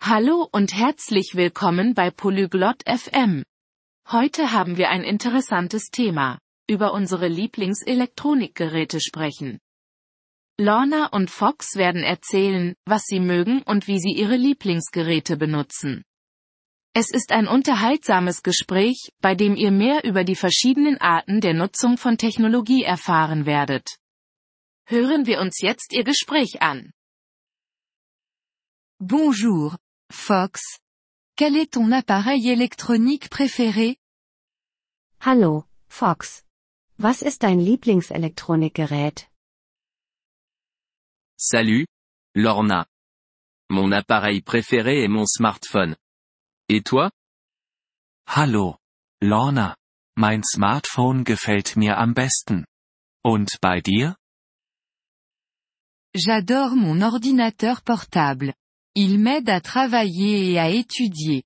Hallo und herzlich willkommen bei Polyglot FM. Heute haben wir ein interessantes Thema. Über unsere Lieblingselektronikgeräte sprechen. Lorna und Fox werden erzählen, was sie mögen und wie sie ihre Lieblingsgeräte benutzen. Es ist ein unterhaltsames Gespräch, bei dem ihr mehr über die verschiedenen Arten der Nutzung von Technologie erfahren werdet. Hören wir uns jetzt ihr Gespräch an. Bonjour, Fox. Quel est ton appareil électronique préféré Hallo, Fox. Was ist dein Lieblingselektronikgerät? Salut, Lorna. Mon appareil préféré est mon smartphone. Et toi Hallo, Lorna. Mein Smartphone gefällt mir am besten. Und bei dir? J'adore mon ordinateur portable. Il m'aide à travailler et à étudier.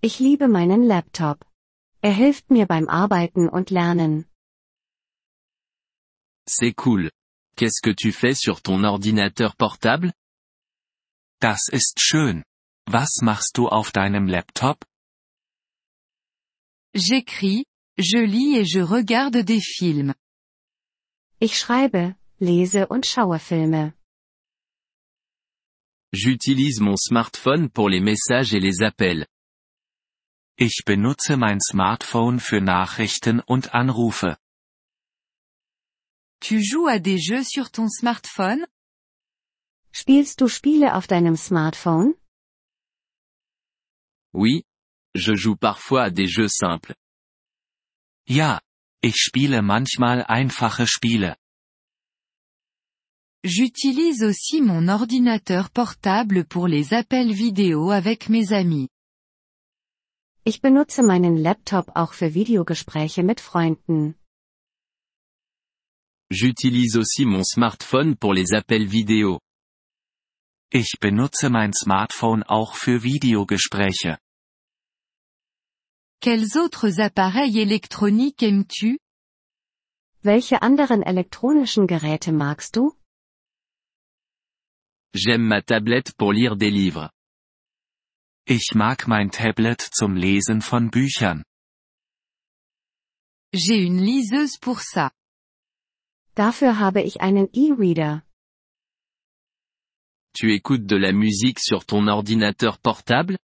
Ich liebe meinen Laptop. Er hilft mir beim Arbeiten und Lernen. C'est cool. Qu'est-ce que tu fais sur ton ordinateur portable Das ist schön. Was machst du auf deinem Laptop? J'écris, je lis et je regarde des films. Ich schreibe, lese und schaue Filme. J'utilise mon smartphone pour les messages et les appels. Ich benutze mein Smartphone für Nachrichten und Anrufe. Tu joues à des jeux sur ton smartphone Spielst du Spiele auf deinem Smartphone? Oui. Je joue parfois à des jeux simples. Ja, ich spiele manchmal einfache Spiele. J'utilise aussi mon ordinateur portable pour les appels vidéo avec mes amis. Ich benutze meinen Laptop auch für Videogespräche mit Freunden. J'utilise aussi mon smartphone pour les appels vidéo. Ich benutze mein Smartphone auch für Videogespräche. Quels autres appareils électroniques aimes-tu Welche anderen elektronischen Geräte magst du? J'aime ma tablette pour lire des livres. Ich mag mein Tablet zum Lesen von Büchern. J'ai une liseuse pour ça. Dafür habe ich einen E-Reader. Tu écoutes de la musique sur ton ordinateur portable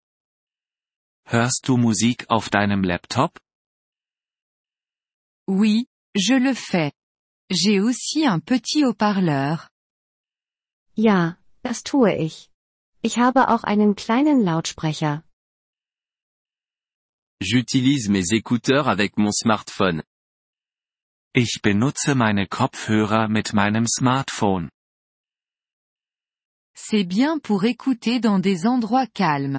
Hörst du Musik auf deinem Laptop? Oui, je le fais. J'ai aussi un petit haut-parleur. Ja, das tue ich. Ich habe auch einen kleinen Lautsprecher. J'utilise mes écouteurs avec mon smartphone. Ich benutze meine Kopfhörer mit meinem Smartphone. C'est bien pour écouter dans des endroits calmes.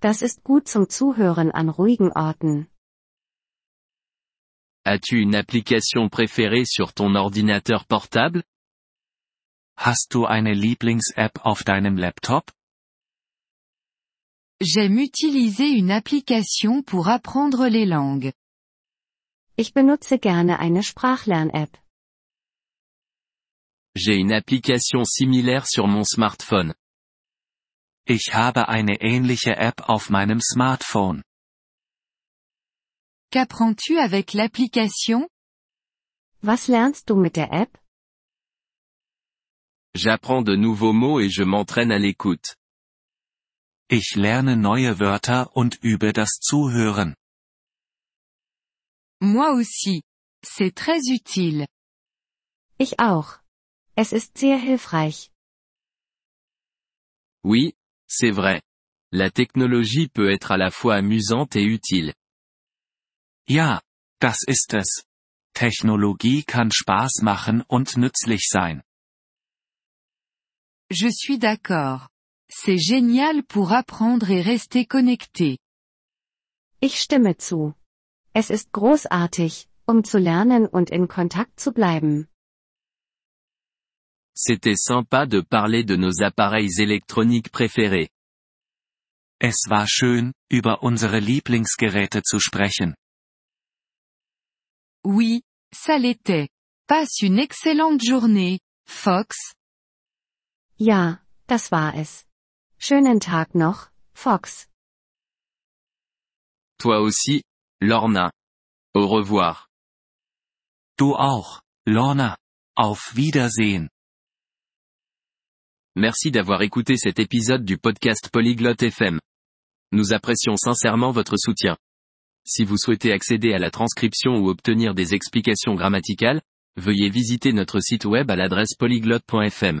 Das ist gut zum Zuhören an ruhigen Orten. As-tu une application préférée sur ton ordinateur portable Hast du eine Lieblings-App auf deinem Laptop? J'aime utiliser une application pour apprendre les langues. Ich benutze gerne eine Sprachlern-App. J'ai une application similaire sur mon smartphone. Ich habe eine ähnliche App auf meinem Smartphone. Qu'apprends-tu avec l'application Was lernst du mit der App? J'apprends de nouveaux mots et je m'entraîne à l'écoute. Ich lerne neue Wörter und übe das Zuhören. Moi aussi. C'est très utile. Ich auch. Es ist sehr hilfreich. Oui, c'est vrai. La technologie peut être à la fois amusante et utile. Ja, das ist es. Technologie kann Spaß machen und nützlich sein. Je suis d'accord. C'est génial pour apprendre et rester connecté. Ich stimme zu. Es ist großartig, um zu lernen und in Kontakt zu bleiben. C'était sympa de parler de nos appareils électroniques préférés. Es war schön, über unsere Lieblingsgeräte zu sprechen. Oui, ça l'était. Passe une excellente journée, Fox. Ja, das war es. Schönen Tag noch, Fox. Toi aussi, Lorna. Au revoir. Du auch, Lorna. Auf Wiedersehen. Merci d'avoir écouté cet épisode du podcast Polyglotte FM. Nous apprécions sincèrement votre soutien. Si vous souhaitez accéder à la transcription ou obtenir des explications grammaticales, veuillez visiter notre site web à l'adresse polyglotte.fm.